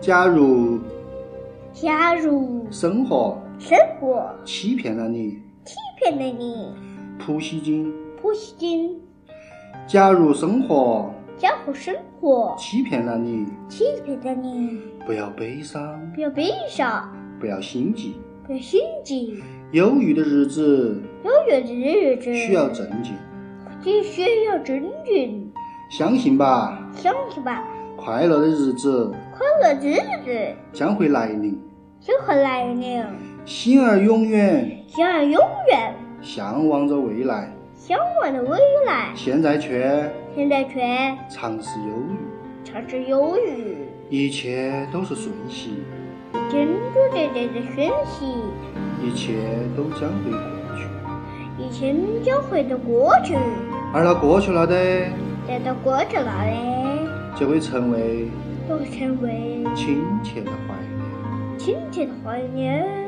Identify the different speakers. Speaker 1: 假如
Speaker 2: 假如
Speaker 1: 生活
Speaker 2: 生活
Speaker 1: 欺骗了你，
Speaker 2: 欺骗了你，
Speaker 1: 普希金；
Speaker 2: 普希金；
Speaker 1: 假如生活
Speaker 2: 假如生活
Speaker 1: 欺骗了你，
Speaker 2: 欺骗了你，
Speaker 1: 不要悲伤，
Speaker 2: 不要悲伤，
Speaker 1: 不要心急。
Speaker 2: 不要心急。
Speaker 1: 忧郁的日子
Speaker 2: 优越的日子
Speaker 1: 需要正经，
Speaker 2: 必须要真俊，
Speaker 1: 相信吧，
Speaker 2: 相信吧，
Speaker 1: 快乐的日子
Speaker 2: 快乐的日子
Speaker 1: 将会来临。
Speaker 2: 就会来了。
Speaker 1: 心儿永远
Speaker 2: 想要永远
Speaker 1: 向往着未来，
Speaker 2: 向往的未来，
Speaker 1: 现在却
Speaker 2: 现在却
Speaker 1: 尝试忧郁，
Speaker 2: 尝试忧郁。
Speaker 1: 一切都是瞬息，
Speaker 2: 珍珠姐姐的学习，
Speaker 1: 一切都将会过去。
Speaker 2: 以前教会的过去，
Speaker 1: 而那过去了的，
Speaker 2: 来到过去那里，
Speaker 1: 就会成为
Speaker 2: 都成为
Speaker 1: 亲切的怀念。
Speaker 2: 亲切的怀念。